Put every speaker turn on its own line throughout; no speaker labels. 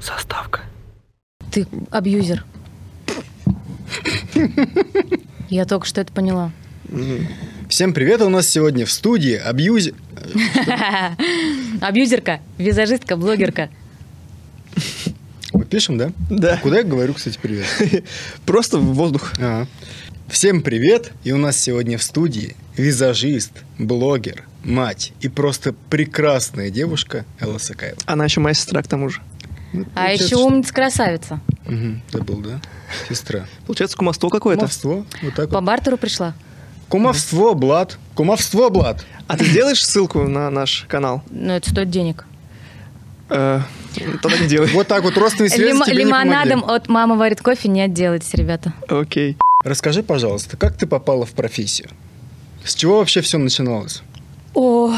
Заставка.
Ты абьюзер. Я только что это поняла.
Всем привет, у нас сегодня в студии Абьюз...
Абьюзерка, визажистка, блогерка.
Мы пишем, да? А
Да.
Куда я говорю, кстати, привет?
Просто в воздух.
Ага. Всем привет, и у нас сегодня в студии визажист, блогер, мать и просто прекрасная девушка Элла Сакаева.
Она еще моя сестра, к тому же.
Ну,
А
получается,
еще
что-
умница-красавица.
Мгм, забыл, да? Сестра.
Получается, кумовство какое-то.
Кумовство, вот так
По
вот.
бартеру пришла?
Кумовство, блат. Кумовство, блат.
А ты сделаешь ссылку на наш канал?
Ну, это стоит денег.
Э, Тогда не делай.
Вот так вот родственные связи
Лим-
тебе не
лимонадом
помогли.
от «Мама варит кофе» не отделайтесь, ребята.
Окей.
Расскажи, пожалуйста, как ты попала в профессию? С чего вообще все начиналось?
Ой,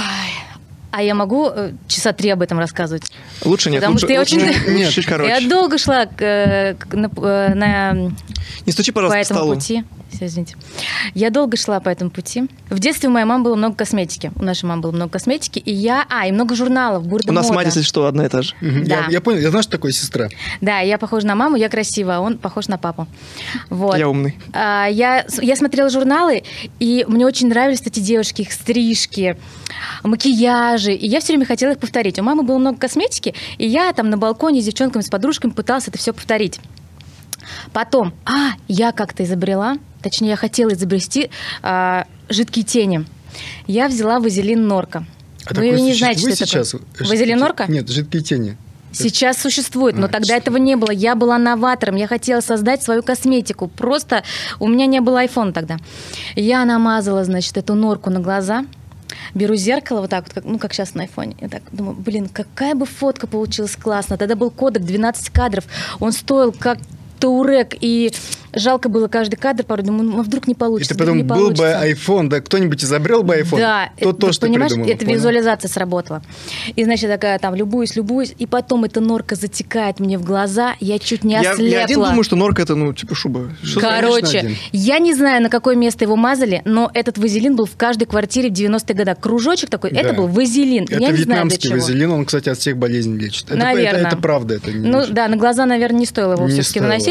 а я могу э, часа три об этом рассказывать?
Лучше нет.
Потому
лучше-
что я очень-
лучше- лучше
Нет.
чуть короче.
Я долго шла к, э, к- на, э, на-
Не стучи,
по
пожалуйста, по
этому
столу.
пути. Всё, извините. Я долго шла по этому пути. В детстве у моей мамы было много косметики. У нашей мамы было много косметики. И я... А, и много журналов. Бурда
У нас
Мода.
мать, если что, одна и та же.
Мгм,
Да.
Я, я понял, я знаю, что такое сестра.
Да, я похожа на маму, я красива, а он похож на папу. Вот.
Я умный.
А, я, с- я смотрела журналы, и мне очень нравились эти девушки, их стрижки, макияжи. И я все время хотела их повторить. У мамы было много косметики, и я там на балконе с девчонками, с подружками пыталась это все повторить. Потом, а, я как-то изобрела, точнее, я хотела изобрести а, жидкие тени. Я взяла вазелин норка. Ну, Вы
А такое
не знаете, что
существует
это такое.
сейчас? Жидкие
Вазелин
те-
норка?
Нет, жидкие тени.
Сейчас существует, но
А,
тогда
существует.
этого не было. Я была новатором, я хотела создать свою косметику. Просто у меня не было iPhone тогда. Я намазала, значит, эту норку на глаза. Беру зеркало вот так вот, как, ну, как сейчас на айфоне. Я так думаю, блин, какая бы фотка получилась классно. Тогда был кодек 12 кадров. Он стоил как таурек. И жалко было каждый кадр. Порой думаю, ну, а вдруг не
И
получится.
ты
вдруг
потом
не
был бы
получится».
iPhone, да кто-нибудь изобрел бы iPhone?
Да,
Тот
это,
тоже ты
понимаешь,
придумала,
эта
понял?
визуализация сработала. И значит, я такая там любуюсь, любуюсь, и потом эта норка затекает мне в глаза, я чуть не
Я,
ослепла.
я один думаю, что норка это, ну, типа шуба. Что-
Как? конечно,
Короче,
один.
я не знаю, на какое место его мазали, но этот вазелин был в каждой квартире в 90-е годы. Кружочек такой, это
Да.
был вазелин.
Это
я не знаю, для
вьетнамский
чего.
вазелин, он, кстати, от всех болезней лечит. Это- Это,
Наверное.
это правда, это не
Ну
лечит.
да, на глаза, наверное, не стоило его
Не
все-таки
стоило.
наносить.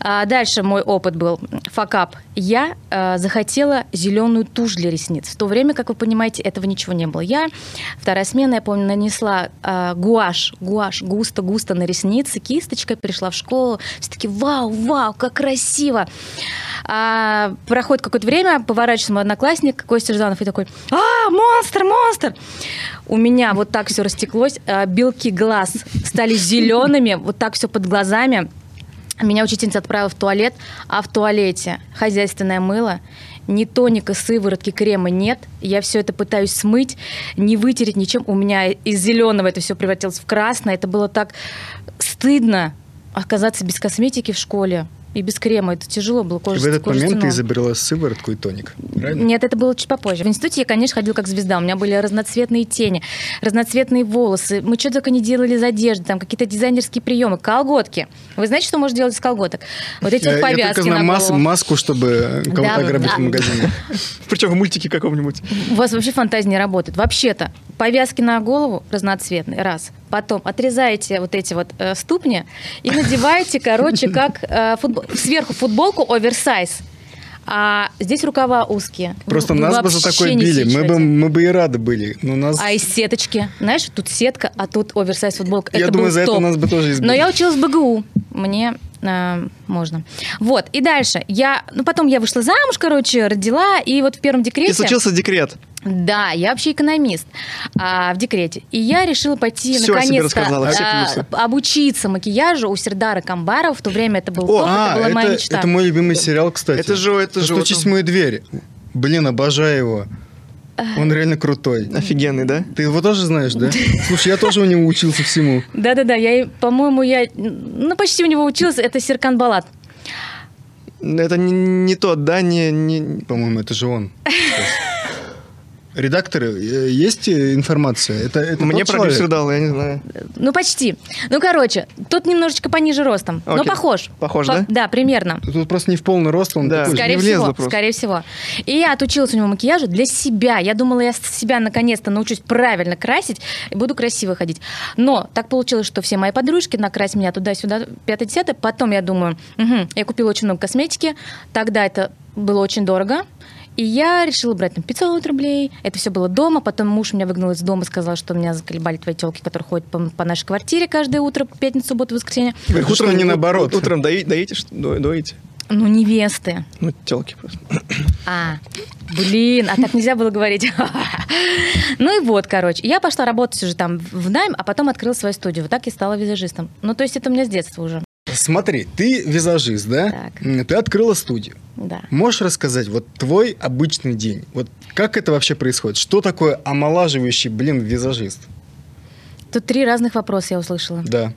А, дальше мой опыт был факап. Я э, захотела зеленую тушь для ресниц. В то время, как вы понимаете, этого ничего не было. Я вторая смена, я помню, нанесла э, гуашь, гуашь густо-густо на ресницы, кисточкой пришла в школу. Все таки вау, вау, как красиво. А, проходит какое-то время, поворачивается мой одноклассник Костя Жданов и такой, а, монстр, монстр! У меня вот так все растеклось, а, белки глаз стали зелеными, вот так все под глазами. Меня учительница отправила в туалет, а в туалете хозяйственное мыло, ни тоника, сыворотки, крема нет. Я все это пытаюсь смыть, не вытереть ничем. У меня из зеленого это все превратилось в красное. Это было так стыдно оказаться без косметики в школе и без крема. Это тяжело было.
И
Кожа,
в этот
кожа
момент ты
стянула.
изобрела сыворотку и тоник, правильно?
Нет, это было чуть попозже. В институте я, конечно, ходила как звезда. У меня были разноцветные тени, разноцветные волосы. Мы что только не делали из одежды, там какие-то дизайнерские приемы, колготки. Вы знаете, что можно делать из колготок? Вот эти
Я-
вот
я,
повязки
только знаю
на
мас-
голову.
маску, чтобы э, кого-то
Да,
ограбить
да.
в магазине.
Причем в мультике каком-нибудь.
У вас вообще фантазия не работает. Вообще-то, повязки на голову разноцветные, раз. Потом отрезаете вот эти вот э, ступни и надеваете, короче, как э, футбо- сверху футболку оверсайз. А здесь рукава узкие. Вы-
Просто
вы
нас бы за
вообще
такое
не
били, мы
сечете.
бы, мы бы и рады были. Но нас...
А из сеточки, знаешь, тут сетка, а тут оверсайз футболка.
я
это
думаю,
был
за это
топ.
нас бы тоже избили.
Но я училась в БГУ, мне э, можно. Вот, и дальше. Я, ну, потом я вышла замуж, короче, родила, и вот в первом декрете...
И случился декрет.
Да, я вообще экономист а, в декрете. И я решила пойти,
Всё о себе
наконец-то,
рассказала, все
а,
плюсы.
обучиться макияжу у Сердара Камбарова. В то время это был
О,
топ,
а,
это была
это,
моя мечта.
это мой любимый сериал, кстати.
Это же- это же
«Постучись
вот
в мою дверь». Блин, обожаю его. Он реально крутой.
Офигенный, да?
Ты его тоже знаешь, да? Слушай, я тоже у него учился всему.
Да-да-да, я, и- по-моему, я, ну, почти у него училась. Это Серкан Балат.
Это не, не то, да, не, не-
По-моему, это же он. Редакторы, э, есть э, информация? Это, это
Мне
тот человек?
продюсер дал, я не знаю.
Ну, почти. Ну, короче, тут немножечко пониже ростом, но
Окей.
похож.
Похож,
По-
да?
Да, примерно.
Тут просто не в полный рост, он
Да.
такой же.
Скорее
Скорее- не влезла
всего,
просто.
скорее всего. И я отучилась у него макияжу для себя. Я думала, я с- себя наконец-то научусь правильно красить и буду красиво ходить. Но так получилось, что все мои подружки накрась меня туда-сюда, 5-10. Потом я думаю, «Мгм, я купила очень много косметики, тогда это было очень дорого. И я решила брать там 500 рублей. Это все было дома. Потом муж меня выгнал из дома, сказал, что меня заколебали твои телки, которые ходят по, по нашей квартире каждое утро, пятницу, субботу, воскресенье.
Это что не наоборот.
Утром дои- доите, что- до- доите.
Ну, невесты.
Ну, телки просто.
А, блин, а так нельзя было говорить. Ну и вот, короче, я пошла работать уже там в найм, а потом открыла свою студию. Вот так я стала визажистом. Ну, то есть это у меня с детства уже.
Смотри, ты визажист, да?
Так.
М, Ты открыла студию.
Да.
Можешь рассказать, вот твой обычный день, вот как это вообще происходит? Что такое омолаживающий, блин, визажист?
Тут три разных вопроса я услышала.
Да.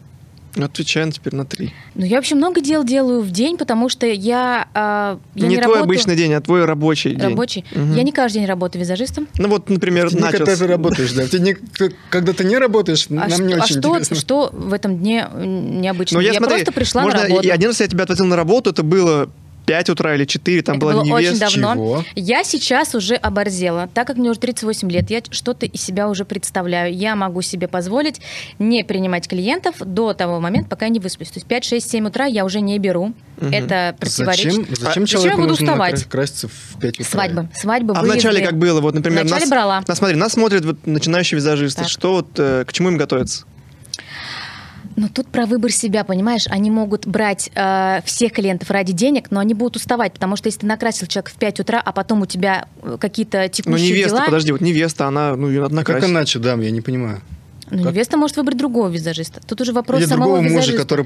Ну, отвечаем теперь на три.
Ну, я вообще много дел делаю в день, потому что я, а, я
не,
не,
твой
работаю...
обычный день, а твой рабочий день.
Рабочий.
Мгм.
Я не каждый день работаю визажистом.
Ну вот,
В
например,
те дни,
начал.
когда ты работаешь, да. В те дни, к- когда ты не работаешь,
А,
нам
что,
не
а
очень
что,
интересно.
что в этом дне м, необычного?
Ну, я, смотри,
просто пришла
можно,
на работу.
И один раз я тебя отвозил на работу, это было 5 утра или 4, там
Это
была
было очень
невеста.
давно.
Чего?
Я сейчас уже оборзела, так как мне уже 38 лет, я что-то из себя уже представляю. Я могу себе позволить не принимать клиентов до того момента, пока я не высплюсь. То есть 5, 6, 7 утра я уже не беру.
Мгм.
Это противоречит.
Зачем, зачем
А
человеку
я буду
нужно
вставать?
накра- краситься в 5 утра?
Свадьбы. Свадьбы,
А вначале
выезды.
как было? Вот, например,
Вначале
нас,
брала.
нас, смотри, нас смотрят вот начинающие визажисты.
Так.
Что вот, э, к чему им готовиться?
Но тут про выбор себя, понимаешь? Они могут брать э, всех клиентов ради денег, но они будут уставать, потому что если ты накрасил человека в 5 утра, а потом у тебя э, какие-то
Ну,
текущие
невеста,
дела...
подожди, вот невеста, она, ну, ее надо
А как
накрасить.
иначе, да, я не понимаю.
Ну,
Как?
невеста может выбрать другого визажиста. Тут уже вопрос
Или
самого
другого мужа,
визажиста.
который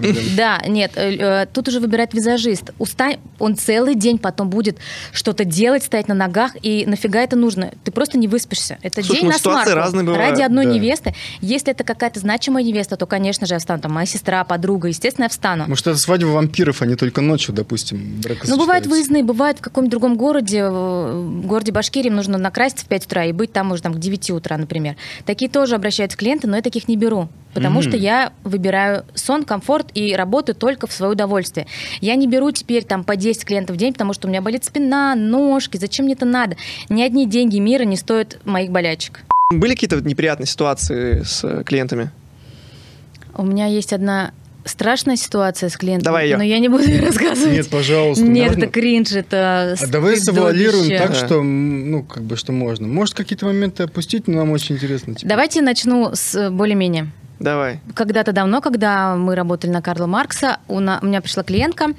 блин.
Да, нет, э, э, тут уже выбирает визажист. Устань, он целый день потом будет что-то делать, стоять на ногах, и нафига это нужно? Ты просто не выспишься. Это
Слушай,
день
ну,
на
ситуации
смарку.
разные бывают,
Ради одной
да.
невесты. Если это какая-то значимая невеста, то, конечно же, я встану. Там моя сестра, подруга, естественно, я встану.
Может, это свадьба вампиров, а не только ночью, допустим,
Ну, бывают
бракосочетаются.
выездные, бывают в каком-то другом городе, э, в городе Башкирии, им нужно накраситься в 5 утра и быть там уже там, к 9 утра, например. Такие тоже обращаются клиенты, но я таких не беру, потому
Мгм.
что я выбираю сон, комфорт и работаю только в свое удовольствие. Я не беру теперь там по 10 клиентов в день, потому что у меня болит спина, ножки, зачем мне это надо? Ни одни деньги мира не стоят моих болячек.
Были какие-то вот неприятные ситуации с э, клиентами?
У меня есть одна страшная ситуация с клиентом,
Давай её.
но я не буду её рассказывать.
Нет, пожалуйста,
Нет,
можно?
это кринж, это
А давай
стыдобище.
завуалируем так,
Да.
что, м, ну, как бы, что можно. Может, какие-то моменты опустить, но нам очень интересно. типа.
Давайте начну с э, более-менее.
Давай.
Когда-то давно, когда мы работали на Карла Маркса, у, на- у меня пришла клиентка,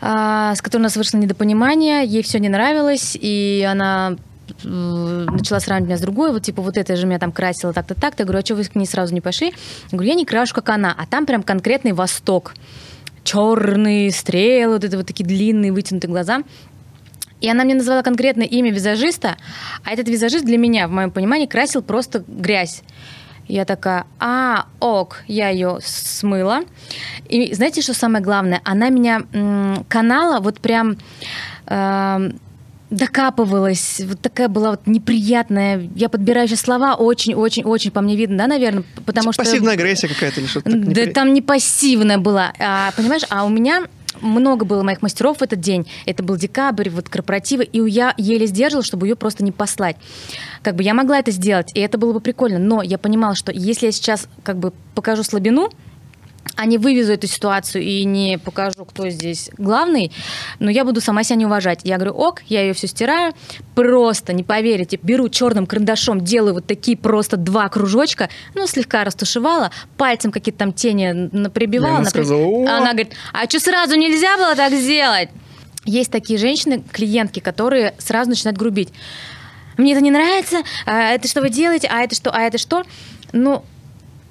а, с которой у нас вышло недопонимание, ей все не нравилось, и она э, начала сравнивать меня с другой, вот типа вот это же меня там красила так-то так-то, я говорю, а что вы к ней сразу не пошли? Я говорю, я не крашу, как она, а там прям конкретный восток, черные стрелы, вот это вот такие длинные вытянутые глаза. И она мне назвала конкретное имя визажиста, а этот визажист для меня, в моем понимании, красил просто грязь. Я такая, а, ок, я ее смыла. И знаете, что самое главное? Она меня м, канала вот прям эм, докапывалась. Вот такая была вот неприятная. Я подбираю сейчас слова очень-очень-очень, по мне видно, да, наверное? Потому что...
Типа Пассивная агрессия какая-то или что-то? так
Да
непри-
там не пассивная была, а, понимаешь? А у меня много было моих мастеров в этот день. Это был декабрь, вот корпоративы, и я еле сдерживала, чтобы ее просто не послать. Как бы я могла это сделать, и это было бы прикольно, но я понимала, что если я сейчас как бы покажу слабину, а не вывезу эту ситуацию и не покажу, кто здесь главный, но я буду сама себя не уважать. Я говорю, ок, я ее все стираю, просто, не поверите, беру черным карандашом, делаю вот такие просто два кружочка, ну, слегка растушевала, пальцем какие-то там тени наприбивала.
И она
напри-
сказала, «О!»
Она говорит, а что сразу нельзя было так сделать? Есть такие женщины, клиентки, которые сразу начинают грубить. Мне это не нравится, а это что вы делаете, а это что, а это что? Ну,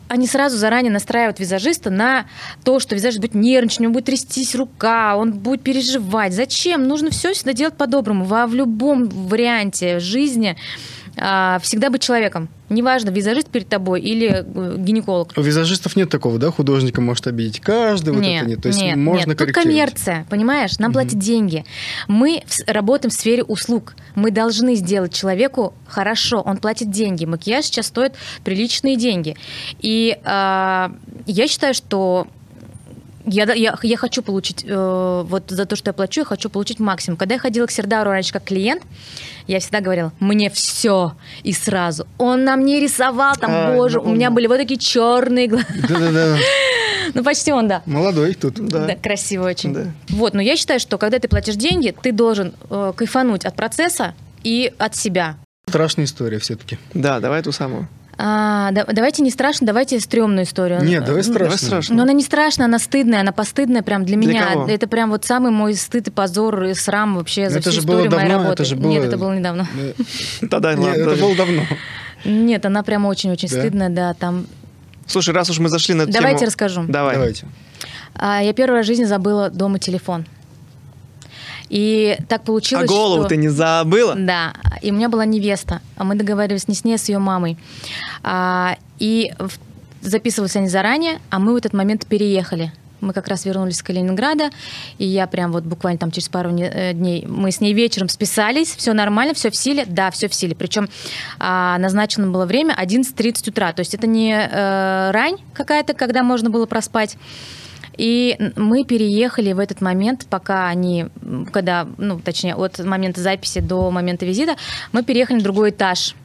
они сразу заранее настраивают визажиста на то, что визажист будет нервничать, у него будет трястись рука, он будет переживать. Зачем? Нужно все всегда делать по-доброму. Во в любом варианте жизни а, всегда быть человеком. Неважно, визажист перед тобой или э, гинеколог.
У визажистов нет такого, да? Художника может обидеть каждый, вот
Нет,
это нет. То есть
нет,
можно
нет. Тут
корректировать.
коммерция, понимаешь? Нам
Мгм.
платят деньги. Мы в с- работаем в сфере услуг. Мы должны сделать человеку хорошо. Он платит деньги. Макияж сейчас стоит приличные деньги. И а, я считаю, что я, да- я, я хочу получить, э, вот за то, что я плачу, я хочу получить максимум. Когда я ходила к Сердару раньше как клиент, я всегда говорила, мне все и сразу. Он на мне рисовал, там,
А,
боже, у меня
напомню.
были вот такие черные глаза.
Да-да-да.
Ну, почти он, да.
Молодой тут.
Да.
Да, красиво очень.
Да.
Вот, но я считаю, что когда ты платишь деньги, ты должен э, кайфануть от процесса и от себя.
Страшная история все-таки.
Да, давай ту самую.
А, да- давайте не страшно, давайте стрёмную историю.
Нет, давай
Э,
страшно.
страшно.
Но она не страшная, она стыдная, она постыдная прям для
Для
меня.
кого?
Это прям вот самый мой стыд и позор и срам вообще за
Это
всю
же было
историю моей
давно, это
работы.
же было-
Нет, это было недавно.
Э,
Да-да,
не,
Ну, ладно.
Это
даже-
было давно.
Нет, она прям очень-очень
Да?
стыдная, да, там.
Слушай, раз уж мы зашли на эту
Давайте
тему...
расскажу.
Давай.
Давайте.
А, я первый раз в жизни забыла дома телефон. И так получилось,
А голову
что...
ты не забыла?
Да, и у меня была невеста. А Мы договаривались не с ней, а с ее мамой. А, и в- записывались они заранее, а мы в этот момент переехали. Мы как раз вернулись из Калининграда, и я прям вот буквально там через пару не- э, дней, мы с ней вечером списались, все нормально, все в силе, да, все в силе. Причем а, назначено было время 11.30 утра, то есть это не э, рань какая-то, когда можно было проспать. И н- мы переехали в этот момент, пока они, м, когда, ну, точнее, от момента записи до момента визита, мы переехали на другой этаж.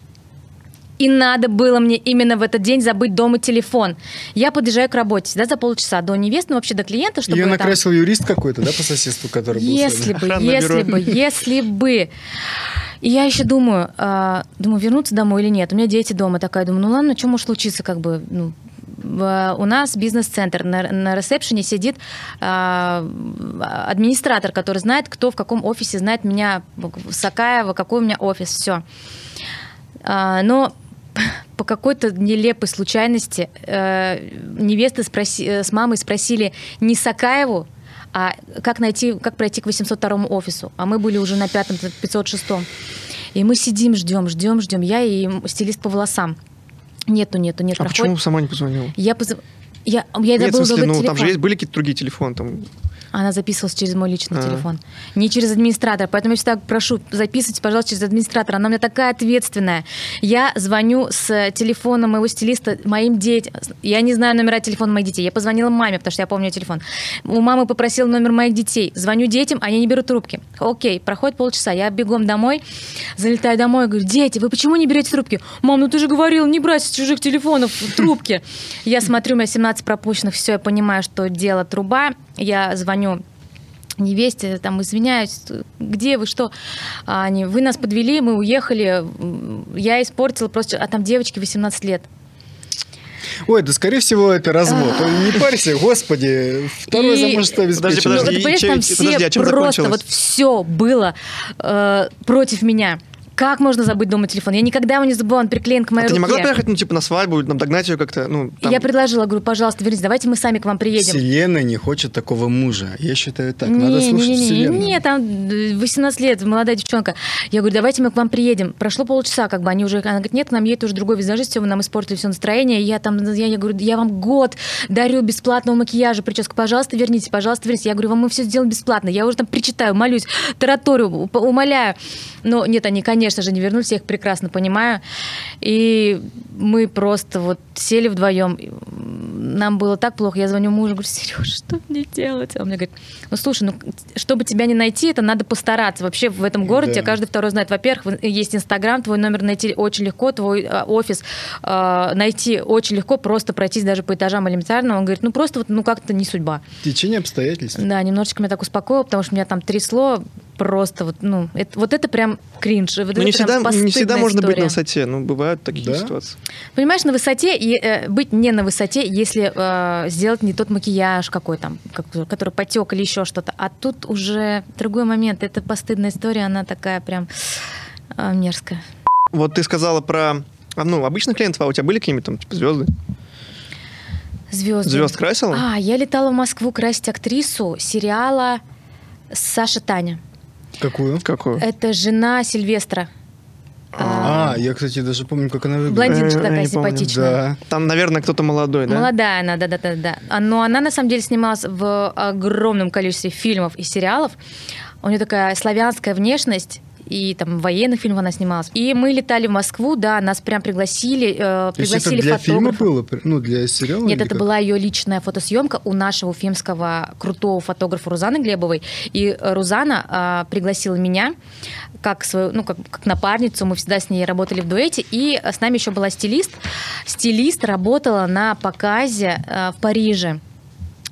И надо было мне именно в этот день забыть дома телефон. Я подъезжаю к работе, да, за полчаса до невесты, ну, вообще до клиента, чтобы
Ее
там-
накрасил юрист какой-то, да, по соседству, который был с
если
вами?
бы,
Охранное
если
бюро.
бы, если бы. И я еще думаю, а, думаю, вернуться домой или нет. У меня дети дома такая, думаю, ну ладно, что может случиться, как бы, ну, в- у нас бизнес-центр. На, на ресепшене сидит а, администратор, который знает, кто в каком офисе знает меня, Сакаева, какой у меня офис, все. А, но по какой-то нелепой случайности э, невесты спроси- э, с мамой спросили не Сакаеву, а как найти, как пройти к 802 офису. А мы были уже на пятом, 506. И мы сидим, ждем, ждем, ждем. Я и м- стилист по волосам. Нету, нету, нет.
А
проходит.
почему сама не позвонила?
Я позв- Я, я
Нет, в
забыла
смысле,
забыть
ну
телефон.
там же есть были какие-то другие телефоны там.
Она записывалась через мой личный
А.
телефон, не через администратор. Поэтому я всегда прошу, записывайте, пожалуйста, через администратора. Она у меня такая ответственная. Я звоню с телефона моего стилиста моим детям. Я не знаю номера телефона моих детей. Я позвонила маме, потому что я помню её телефон. У мамы попросила номер моих детей. Звоню детям, они не берут трубки. Окей, проходит полчаса. Я бегом домой, залетаю домой, говорю, дети, вы почему не берете трубки? Мам, ну ты же говорил, не брать с чужих телефонов трубки. Я смотрю, у меня 17 пропущенных, все, я понимаю, что дело труба. Я звоню невесте, там, извиняюсь, где вы, что? А они, вы нас подвели, мы уехали, м, я испортила просто, а там девочке 18 лет.
Ой, да скорее всего это развод. Ой, Не парься, господи, второе
А. И-
замужество
Подожди,
обеспечено.
подожди,
ну,
и
ты понимаешь,
чем-
там
подожди,
все
а чем
просто,
закончилось?
вот все было э, против меня. Как можно забыть дома телефон? Я никогда его не забыла, он приклеен к моей
А ты не могла
руке.
приехать, ну, типа, на свадьбу, там, догнать ее как-то, ну, там...
Я предложила, говорю, пожалуйста, вернись, давайте мы сами к вам приедем.
Вселенная не хочет такого мужа. Я считаю так, надо слушать
не, не,
вселенную.
Не, там э, 18 лет, молодая девчонка. Я говорю, давайте мы к вам приедем. Прошло полчаса, как бы они уже, она говорит, нет, к нам едет уже другой визажист, все, вы нам испортили все настроение. И Я там, я, я говорю, я вам год дарю бесплатного макияжа, прическу, пожалуйста, верните, пожалуйста, верните. Я говорю, вам мы все сделаем бесплатно. Я уже там причитаю, молюсь, тараторю, уп- умоляю. Но нет, они, конечно же, не вернулись, я их прекрасно понимаю. И мы просто вот сели вдвоем. и, м, Нам было так плохо. Я звоню мужу, говорю, Сереж, что мне делать? А он мне говорит, ну слушай, ну чтобы тебя не найти, это надо постараться. Вообще в этом городе
Да.
тебя каждый второй знает. Во-первых, есть Инстаграм, твой номер найти очень легко, твой э, офис э, найти очень легко, просто пройтись даже по этажам элементарно. Он говорит, ну просто вот, ну как-то не судьба.
Течение обстоятельств.
Да, немножечко меня так успокоило, потому что меня там трясло просто вот, ну, это, вот это прям кринж. и вот
Ну,
это
не
прям
всегда, не всегда
постыдная
можно быть на
история.
высоте, ну, бывают такие
Да?
ситуации.
Понимаешь, на высоте и э, быть не на высоте, если э, сделать не тот макияж какой там, как- который потек или еще что-то. А тут уже другой момент. Это постыдная история, она такая прям э, мерзкая.
Вот ты сказала про, а, ну, обычных клиентов, а у тебя были какие-нибудь там, типа, звезды?
Звезды.
Звезд красила?
А, я летала в Москву красить актрису сериала Саша Таня.
Какую?
Какую?
Это жена Сильвестра.
А, А, я, кстати, даже помню, как она выглядит.
Блондинка
Э,
такая
не помню.
симпатичная.
Да.
Там, наверное, кто-то молодой, да?
Молодая она, да-да-да. да. А, Но она, на самом деле, снималась в огромном количестве фильмов и сериалов. У нее такая славянская внешность. И там в военных фильмах она снималась. И мы летали в Москву, да, нас прям пригласили, э,
Если это
пригласили
для фильма
фотографа.
было? при- Ну, для сериала?
Нет,
или
это
как?
была ее личная фотосъемка у нашего уфимского крутого фотографа Рузаны Глебовой. И э, Рузана а, пригласила меня как свою, ну, как, как напарницу. Мы всегда с ней работали в дуэте. И э, с нами еще была стилист. Стилист работала на показе э, в Париже.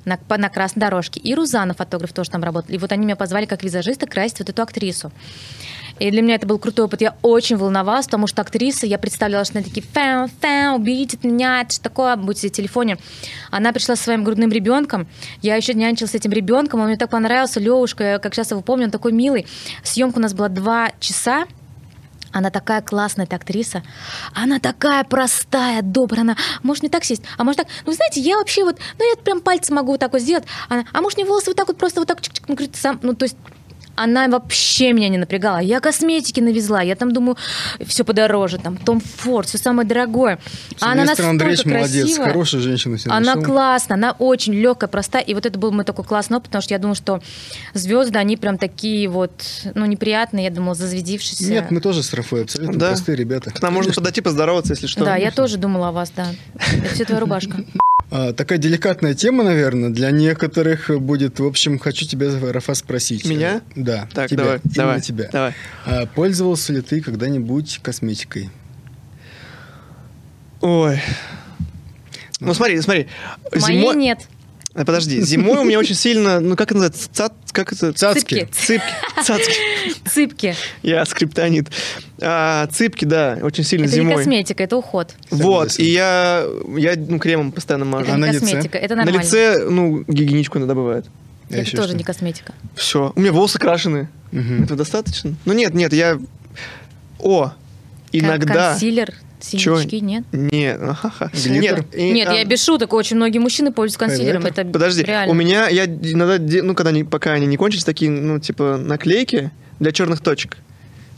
На, по- на красной дорожке. И Рузана, фотограф, тоже там работал. И вот они меня позвали как визажиста красить вот эту актрису. И для меня это был крутой опыт. Я очень волновалась, потому что актриса, я представляла, что она такие фэм, фэм, уберите от меня, это что такое, будьте в телефоне. Она пришла со своим грудным ребенком. Я еще нянчила с этим ребенком. Он мне так понравился, Левушка, я как сейчас его помню, он такой милый. Съемка у нас была два часа. Она такая классная, эта актриса. Она такая простая, добрая. Она, может, не так сесть, а может так. Ну, знаете, я вообще вот, ну, я прям пальцем могу вот так вот сделать. Она, а может, мне волосы вот так вот просто вот так чик-чик, ну, говорит, сам, ну, то есть она вообще меня не напрягала. Я косметики навезла. Я там думаю, все подороже. Там Том Форд, все самое дорогое. А она
Сильвестр
настолько
Андреевич молодец,
красивая.
хорошая женщина. себе
Она
нашел.
классная, она очень легкая, простая. И вот это был мой такой классный опыт, потому что я думала, что звезды, они прям такие вот, ну, неприятные, я думала, зазведившиеся.
Нет, мы тоже с Рафой абсолютно
Да.
простые ребята.
К нам можно подойти поздороваться, если что.
Да, я тоже думала о вас, да. Это все твоя рубашка.
А, такая деликатная тема, наверное, для некоторых будет. В общем, хочу тебя, Рафа, спросить.
Меня?
Да.
Так,
тебя.
давай,
Именно
давай,
тебя.
давай.
А, пользовался ли ты когда-нибудь косметикой?
Ой. Ну смотри, смотри.
Моей
Зимой-
нет.
А, Подожди, зимой у меня очень сильно, ну как это называется, цат, как это?
Цацки.
Цыпки.
Цыпки. Цацки.
Цыпки.
Я скриптонит. А, цыпки, да, очень сильно
Это не
зимой.
косметика, это уход.
Вот,
Согласен.
и я, я ну, кремом постоянно мажу.
Это
А
не
на лице?
косметика, это
На
нормально.
лице, ну, гигиеничку иногда бывает.
А
Это
еще
тоже
что?
не косметика.
Все. У меня волосы крашены.
Мгм.
Этого достаточно? Ну нет, нет, я... О,
Кон-
иногда...
Консилер, синячки, нет.
Не, ахаха.
Глиттер?
Нет, и,
Нет,
а,
я без шуток. Очень многие мужчины пользуются консилером.
Хайлайтер?
Это
Подожди,
реально.
у меня, я иногда, де- ну, когда они, пока они не кончились, такие, ну, типа, наклейки для черных точек.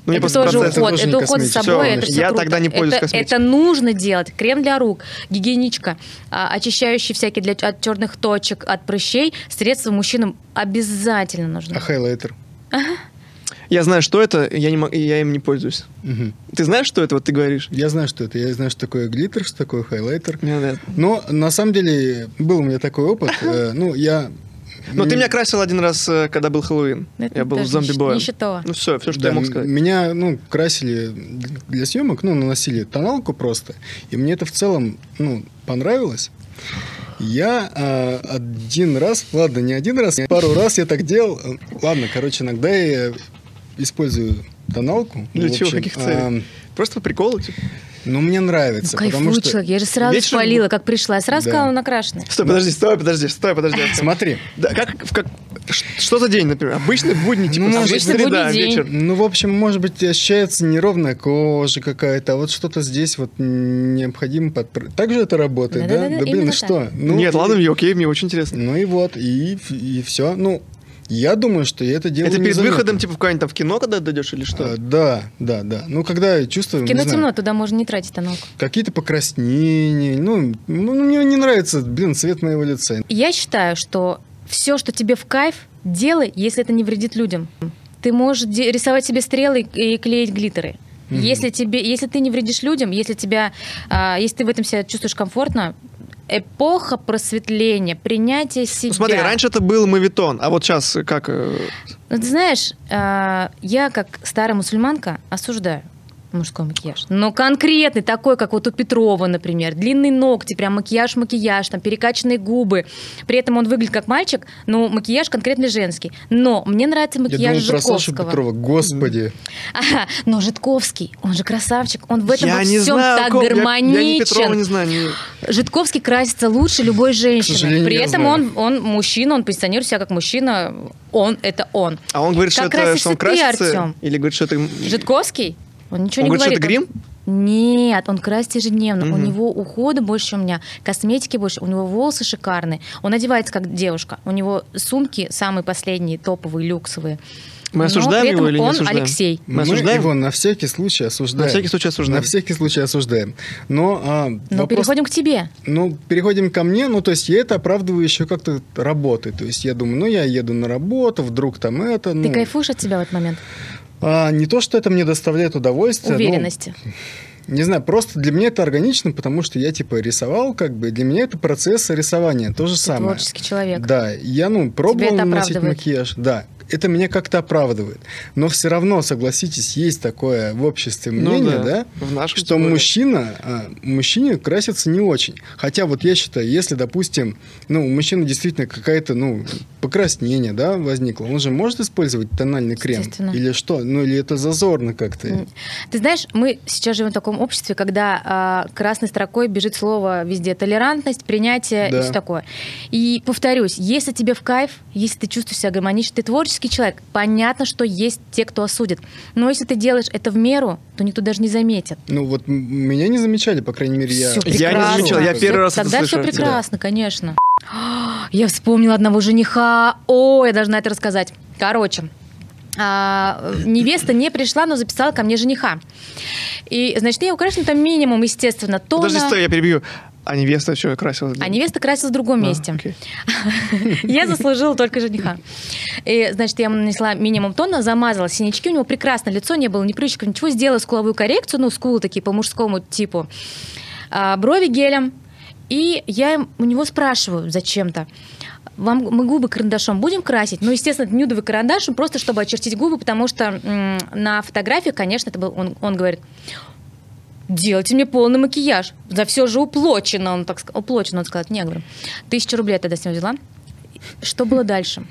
Ну, мне
это
просто
тоже
процесс-
процесс-
уход,
это
это,
тоже не
уход за
косметика.
собой,
Всё,
это все
я тогда не пользуюсь
это,
косметикой.
это нужно делать. Крем для рук, гигиеничка, а, очищающие всякие для, от черных точек, от прыщей. Средства мужчинам обязательно нужны.
А хайлайтер?
Я знаю, что это, я, не, мог- я им не пользуюсь.
Мгм.
Ты знаешь, что это, вот ты говоришь?
Я знаю, что это. Я знаю, что такое глиттер, что такое хайлайтер.
Не надо.
Но на самом деле был у меня такой опыт. Э, Ну, я...
Но Ну, ты
м,
меня красил один раз, э, когда был Хэллоуин.
Это
Я был
даже
зомби боем.
не считала.
Ну все, все, что
Да,
я мог
м-
сказать.
Меня, ну, красили для съемок, ну, наносили тоналку просто. И мне это в целом, ну, понравилось. Я э, один раз, ладно, не один раз, пару раз я так делал. Э, Ладно, короче, иногда я использую тоналку.
Для
В
чего?
общем,
Каких целей? Просто по приколу, типа.
а, ну, мне
Ну,
нравится, потому
кайфует
что...
человек. Я же сразу
вечером-
спалила, как пришла. Я сразу
Да.
сказала, «Ну, накрашенная.
Стой, подожди, стой, подожди, стой, подожди.
Смотри,
Да, как, в как, ш- что за день, например? Обычный будний, типа,
Ну,
среда,
обычный будний день.
вечер.
Ну, в общем, может быть, ощущается неровная кожа какая-то, а вот что-то здесь вот необходимо подправить. Так же это работает, да? Да,
Да-да-да,
блин,
именно
ну что? Ну,
Нет,
и-
ладно, мне окей, мне очень интересно.
Ну и вот, и, и все. Ну, я думаю, что я это делаю
Это перед
незаметно.
выходом, типа, в какое-нибудь там в кино, когда дойдешь или что?
А, да, да, да. Ну, когда я чувствую,
В
не
кино
знаю,
темно, туда можно не тратить тоналку.
какие-то покраснения, ну, ну, мне не нравится, блин, цвет моего лица.
Я считаю, что все, что тебе в кайф, делай, если это не вредит людям. Ты можешь де- рисовать себе стрелы и клеить глиттеры.
Мгм.
Если, тебе, если ты не вредишь людям, если, тебя, а, если ты в этом себя чувствуешь комфортно, эпоха просветления, принятие себя.
Ну, смотри, раньше это был мавитон, а вот сейчас как... э,
Ну, ты знаешь, а, я как старая мусульманка осуждаю мужской макияж. Но конкретный такой, как вот у Петрова, например. Длинные ногти, прям макияж-макияж, там перекачанные губы. При этом он выглядит как мальчик, но макияж конкретный женский. Но мне нравится
я
макияж
думал про Сашу
Житковского.
Петрова, господи.
Ага, но Житковский, он же красавчик, он в этом
я
во
не
всем
знаю,
так
кого- я-
гармоничен.
Я, ни Петрова не знаю. ни-
Житковский красится лучше любой женщины.
сожалению,
При
я
этом
знаю.
он, он мужчина, он позиционирует себя как мужчина. Он — это он.
А он говорит, что
Как
это
красишься
что он
ты,
красится?
Артём.
Или говорит, что это... м,
Житковский? Он ничего
Он
не
говорит, что
говорит.
это грим?
Он- Нет, он красит ежедневно. У
Мгм.
него ухода больше, чем у меня, косметики больше, у него волосы шикарные. Он одевается как девушка. У него сумки самые последние, топовые, люксовые.
Мы
Но
осуждаем
при этом
его или не
он
осуждаем?
Алексей.
Мы
Мы
осуждаем?
его на всякий случай осуждаем.
На всякий случай осуждаем.
На всякий случай осуждаем. Но, а,
Но
вопрос-
переходим к тебе.
Ну, переходим ко мне. Ну, то есть я это оправдываю еще как-то работой. То есть я думаю, ну, я еду на работу, вдруг там это.
Ты
ну.
кайфуешь от себя в этот момент?
А, не то, что это мне доставляет удовольствие. но,
Уверенности.
не знаю, просто для меня это органично, потому что я, типа, рисовал, как бы. и Для меня это процесс рисования, то же
Ты
самое.
творческий человек.
Да, я, ну, пробовал
это
наносить
оправдывает?
макияж. Да, это меня как-то оправдывает. Но все равно, согласитесь, есть такое в обществе
Ну
мнение,
да.
да?
В нашем
что
тем более.
мужчина, а, мужчине красится не очень. Хотя вот я считаю, если, допустим, ну, у мужчины действительно какая-то, ну, покраснение, да, возникло, он же может использовать тональный крем?
Естественно.
Или что? Ну, или это зазорно как-то?
М. Ты знаешь, мы сейчас живем в таком обществе, когда а, красной строкой бежит слово везде толерантность, принятие и
Да.
все такое. И повторюсь, если тебе в кайф, если ты чувствуешь себя гармонично, ты творческий человек, понятно, что есть те, кто осудит. Но если ты делаешь это в меру, то никто даже не заметит.
Ну, вот м- меня не замечали, по крайней мере, я...
Всё
Я не
прекрасно.
замечал, я
Всё-
первый раз это
Тогда
слышу
все
от тебя.
прекрасно, конечно. Я вспомнила одного жениха. О, я должна это рассказать. Короче, а, э, невеста не пришла, но записала ко мне жениха. И, значит, я украшена там минимум, естественно, тона.
Ну, Подожди, стой, я перебью. А невеста что, красилась? для-
А невеста красилась в другом
А,
месте.
окей.
Я заслужила только жениха. И, значит, я ему нанесла минимум тона, замазала синячки. У него прекрасное лицо, не было ни прыщиков, ничего. Сделала скуловую коррекцию, ну, скулы такие по мужскому типу. А, брови гелем. И я им- у него спрашиваю зачем-то. Вам мы губы карандашом будем красить? Ну, естественно, это нюдовый карандаш, ну, просто чтобы очертить губы, потому что м, на фотографии, конечно, это был он, он говорит, делайте мне полный макияж. За все же уплочено, он так сказал. Уплочено, он сказал. Не, я говорю, тысячу рублей я тогда с него взяла. Что было дальше?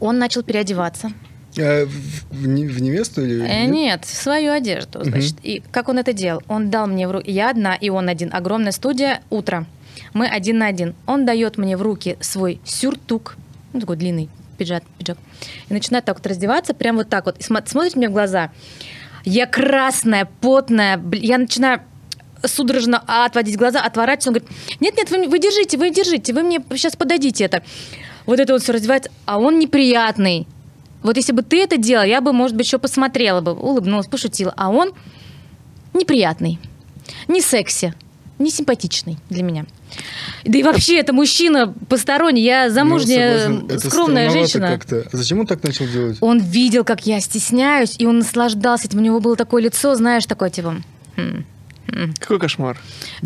Он начал переодеваться.
Э, в, в не- в невесту или...
Э,
нет?
нет, в свою одежду. Значит, и как он это делал? Он дал мне в руки, я одна, и он один. Огромная студия, утро. Мы один на один. Он дает мне в руки свой сюртук, ну, такой длинный пиджак, пиджак, и начинает так вот раздеваться, прям вот так вот, и смо- смотрит мне в глаза. Я красная, потная, бл- я начинаю судорожно отводить глаза, отворачиваться. Он говорит, нет-нет, вы, вы держите, вы держите, вы мне сейчас подадите это. Вот это он все раздевается, а он неприятный. Вот если бы ты это делал, я бы, может быть, еще посмотрела бы, улыбнулась, пошутила. А он неприятный, не секси, не симпатичный для меня. Да и вообще, это мужчина посторонний, я замужняя,
Ну, согласен, это
скромная
странновато
женщина.
как-то. А зачем он так начал делать?
Он видел, как я стесняюсь, и он наслаждался этим. У него было такое лицо, знаешь, такое типа. «Хм, хм».
Какой кошмар.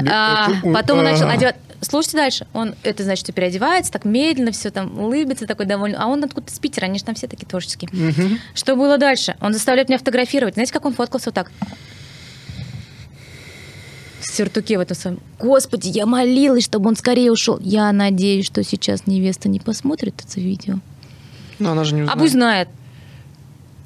А,
это у-
потом он начал
а.
одевать. Слушайте дальше. Он это значит, что переодевается, так медленно все там улыбится, такой довольный. А он откуда-то из Питера, они же там все такие творческие.
Мгм.
Что было дальше? Он заставляет меня фотографировать. Знаете, как он фоткался вот так? В сюртуке в этом своем. Господи, я молилась, чтобы он скорее ушел. Я надеюсь, что сейчас невеста не посмотрит это видео.
Но Ну, она же не
А пусть знает.
узнает.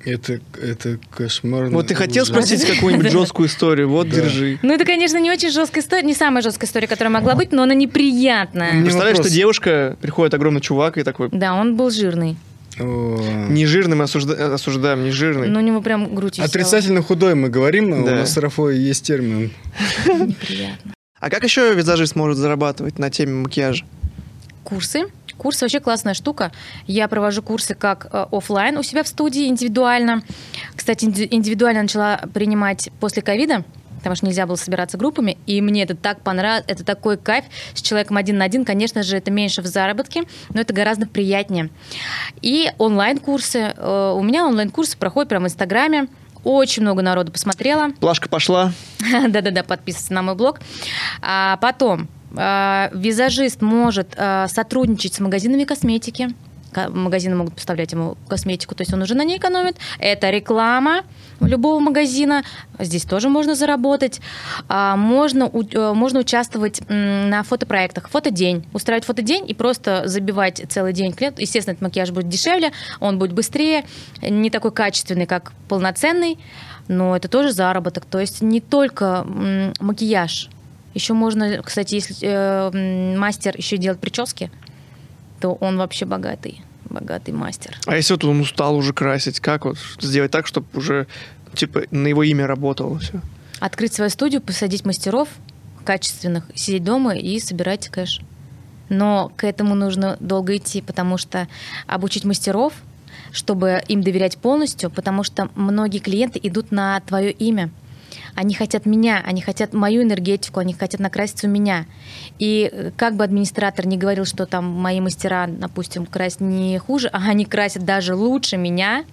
Это, это кошмар.
Вот ты хотел
Ужас.
спросить какую-нибудь жесткую историю. Вот,
Да.
держи.
Ну, это, конечно, не очень жесткая история, не самая жесткая история, которая могла быть, но она неприятная.
Мне
Представляешь,
вопрос.
что девушка, приходит огромный чувак и такой,
Да, он был жирный.
О.
нежирный мы осужда- осуждаем, нежирный.
Но Ну, у него прям грудь висела.
Отрицательно худой мы говорим, а у
Да.
нас с Рафой есть термин.
Неприятно.
А как еще визажист может зарабатывать на теме макияжа?
Курсы. Курсы вообще классная штука. Я провожу курсы как офлайн у себя в студии, индивидуально. Кстати, инди- индивидуально начала принимать после ковида, потому что нельзя было собираться группами, и мне это так понравилось, это такой кайф с человеком один на один. Конечно же, это меньше в заработке, но это гораздо приятнее. И онлайн-курсы. Э, У меня онлайн-курсы проходят прямо в Инстаграме. Очень много народу посмотрела.
Плашка пошла.
Да-да-да, подписывайтесь на мой блог. А потом, а, визажист может а, сотрудничать с магазинами косметики. Ка- Магазины могут поставлять ему косметику, то есть он уже на ней экономит. Это реклама любого магазина. Здесь тоже можно заработать. А, Можно, у- э, можно участвовать м, на фотопроектах. Фотодень. Устраивать фотодень и просто забивать целый день клиент. Естественно, этот макияж будет дешевле, он будет быстрее, не такой качественный, как полноценный, но это тоже заработок. То есть не только м, макияж. Еще можно, кстати, если э, м, мастер еще делает прически, то он вообще богатый, богатый мастер.
А если вот он устал уже красить, как вот сделать так, чтобы уже типа на его имя работало все?
Открыть свою студию, посадить мастеров качественных, сидеть дома и собирать кэш. Но к этому нужно долго идти, потому что обучить мастеров, чтобы им доверять полностью, потому что многие клиенты идут на твое имя. Они хотят меня, они хотят мою энергетику, они хотят накраситься у меня. И как бы администратор не говорил, что там мои мастера, допустим, красят не хуже, а они красят даже лучше меня,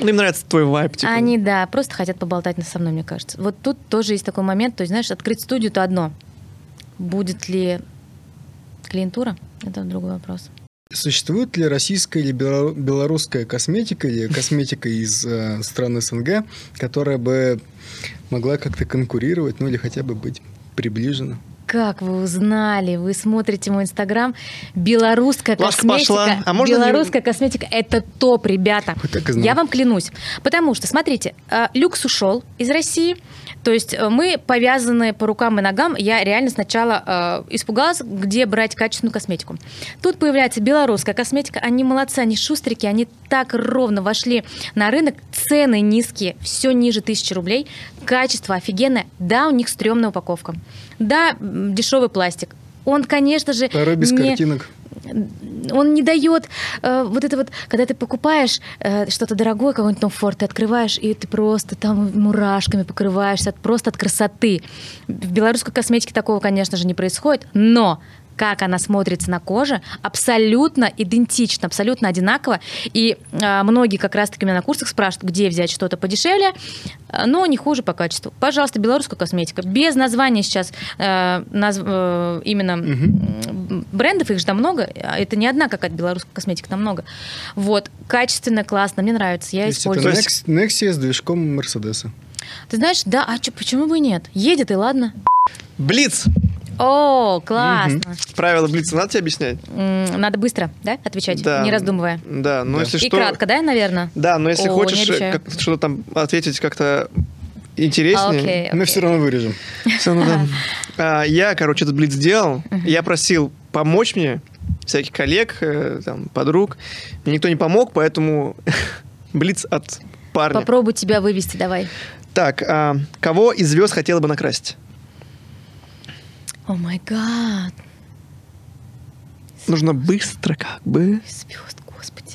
Ну, Им нравится твой вайп, типа.
они, да, просто хотят поболтать со мной, мне кажется. Вот тут тоже есть такой момент, то есть, знаешь, открыть студию то одно. Будет ли клиентура? Это другой вопрос.
Существует ли российская или бело- белорусская косметика или косметика из э, стран СНГ, которая бы могла как-то конкурировать, ну или хотя бы быть приближена?
Как вы узнали? Вы смотрите мой инстаграм. Белорусская
Ласка
косметика.
пошла. А можно не-
белорусская косметика это топ, ребята.
Вот так и знал.
Я вам клянусь. Потому что, смотрите, э, люкс ушел из России. То есть э, мы повязаны по рукам и ногам. Я реально сначала э, испугалась, где брать качественную косметику. Тут появляется белорусская косметика. Они молодцы, они шустрики, они так ровно вошли на рынок. Цены низкие, все ниже тысячи рублей. Качество офигенное. Да, у них стрёмная упаковка. Да, м, дешевый пластик. Он, конечно же,
Порой без
не-
картинок.
он не дает э, вот это вот, когда ты покупаешь э, что-то дорогое, какой-нибудь там форт, ты открываешь, и ты просто там мурашками покрываешься, от- просто от красоты. В белорусской косметике такого, конечно же, не происходит, но как она смотрится на коже, абсолютно идентично, абсолютно одинаково. И э, многие как раз-таки у меня на курсах спрашивают, где взять что-то подешевле, э, но не хуже по качеству. Пожалуйста, белорусская косметика. Без названия сейчас э, наз- э, именно м, брендов, их же там много. а Это не одна какая-то белорусская косметика, там много. Вот, качественно, классно, мне нравится, я
То есть это
использую.
Nex- Nexia с движком Мерседеса.
Ты знаешь, да, а чё, почему бы и нет? Едет и ладно.
Блиц!
О, классно.
Правила Блица надо тебе объяснять?
М, Надо быстро, да, отвечать,
Да.
не раздумывая.
Да, но
Да.
если
И
что...
кратко, да, наверное?
Да, но если
О, не
хочешь э,
обещаю.
как- что-то там ответить как-то интереснее...
А, Окей,
Мы
окей.
все равно вырежем.
Всё, ну да. А, Я, короче, этот блиц сделал. Я просил помочь мне всяких коллег, э, там, подруг. Мне никто не помог, поэтому блиц от парня.
Попробуй тебя вывести, давай.
Так, а, кого из звезд хотела бы накрасить?
О май гад,
Нужно быстро, как бы.
звезд, господи.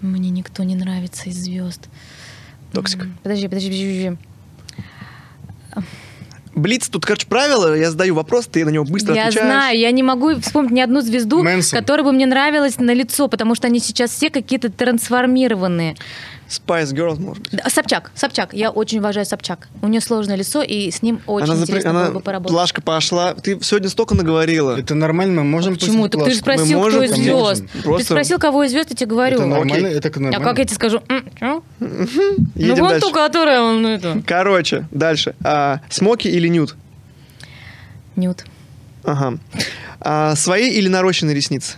Мне никто не нравится из звезд.
Токсик.
Подожди, подожди, подожди. подожди.
Блиц, тут, короче, правило. Я задаю вопрос, ты на него быстро
я
отвечаешь.
знаю, я не могу вспомнить ни одну звезду,
Мэнсон.
которая бы мне нравилась на лицо, потому что они сейчас все какие-то трансформированные.
Spice Girls, может быть.
Да, Собчак, Собчак, я очень уважаю Собчак. У нее сложное лицо, и с ним очень
запре-
интересно
она-
было бы поработать.
Лашка пошла. Ты сегодня столько наговорила.
Это нормально, мы можем
А Почему?
пустить
Так ты же
плашку.
спросил,
Мы
кто
можем,
из
конечно.
звезд. Ты
Просто-
спросил, кого из звезд, я тебе
Это
говорю.
нормально, это к-
А
нормально.
как я тебе скажу? «М, чё?» Ну
Едем
вон
дальше.
ту, которая... он, ну, это,
Короче, дальше. А, смоки или нюд?
Нюд.
Ага. А, свои или нарощенные ресницы?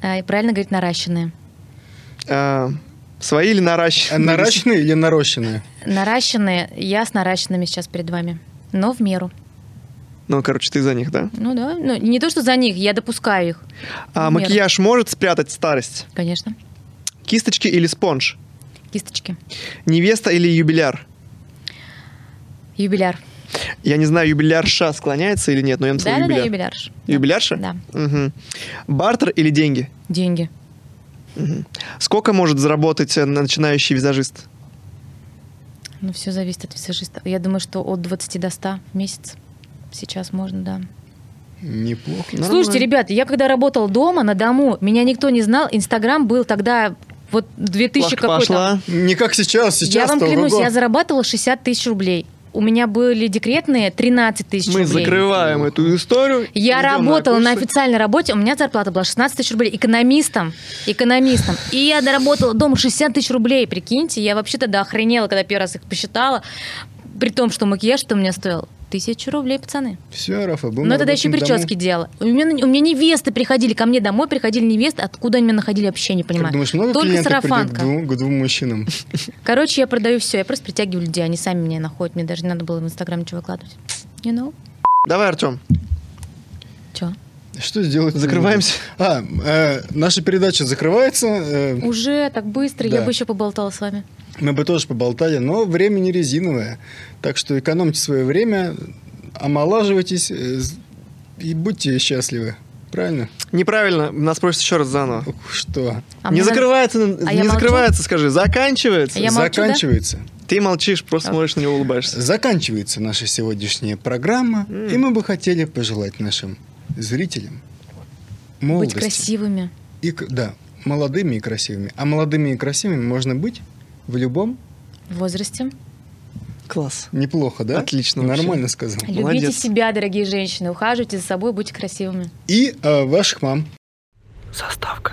А, и правильно говорит наращенные.
А, свои или наращенные?
А наращенные или нарощенные?
Наращенные, я с наращенными сейчас перед вами. Но в меру.
Ну, короче, ты за них, да?
Ну да, ну, не то, что за них, я допускаю их,
А
Примерно.
макияж может спрятать старость?
конечно.
Кисточки или спонж?
Кисточки.
Невеста или юбиляр?
Юбиляр.
Я не знаю, юбилярша склоняется или нет, но я написал
Да-да-да, юбиляр.
юбиляр. Юбилярша?
Да.
Мгм. Бартер или деньги?
Деньги.
Сколько может заработать э, начинающий визажист?
Ну, все зависит от визажиста. Я думаю, что от 20 до 100 в месяц сейчас можно, да.
Неплохо.
Нормально.
Слушайте, ребят, я когда работала дома, на дому, меня никто не знал. Инстаграм был тогда вот 2000
Плашка
какой-то.
пошла.
Не как сейчас, сейчас.
я вам
то
клянусь,
ого-го.
я зарабатывала 60 тысяч рублей. У меня были декретные 13 тысяч
Мы
рублей.
закрываем эту историю.
Я
Идем на
работала на,
курсы.
официальной работе, у меня зарплата была 16 тысяч рублей экономистом, экономистом. И я доработала дома 60 тысяч рублей, прикиньте. Я вообще тогда охренела, когда первый раз их посчитала. При том, что макияж-то у меня стоил тысячу рублей, пацаны.
Все, Рафа,
Ну,
будем
Но я тогда еще и
работать
прически
на
делала. У меня, у меня невесты приходили ко мне домой, приходили невесты, откуда они меня находили, вообще не
дому.
понимаю.
Как думаешь, много
Только
клиентов придет к
сарафанка.
двум, к двум мужчинам?
Короче, я продаю все, я просто притягиваю людей, они сами меня находят, мне даже не надо было в Инстаграм ничего выкладывать. You know?
Давай, Артем,
Че?
Что сделать?
закрываемся.
А, э, наша передача закрывается. э,
Уже так быстро, я
Да.
бы еще поболтала с вами.
Мы бы тоже поболтали, но время не резиновое. Так что экономьте свое время, омолаживайтесь э, с- и будьте счастливы. Правильно?
Неправильно, нас просят еще раз заново.
Ух, Что?
А мне
не
надо-
закрывается, на-
А я
не
молчу? А
закрывается, скажи, заканчивается.
Я молчу, да?
Заканчивается.
Ты молчишь, просто
А.
смотришь на него, улыбаешься.
Заканчивается наша сегодняшняя программа,
М.
и мы бы хотели пожелать нашим зрителям
Быть
молодости.
красивыми.
И, к- да, молодыми и красивыми. А молодыми и красивыми можно быть в любом.
в возрасте.
Класс.
Неплохо, да?
Отлично вообще.
Нормально сказал.
Молодец.
Любите себя, дорогие женщины, ухаживайте за собой, будьте красивыми.
И э, ваших мам.
Заставка.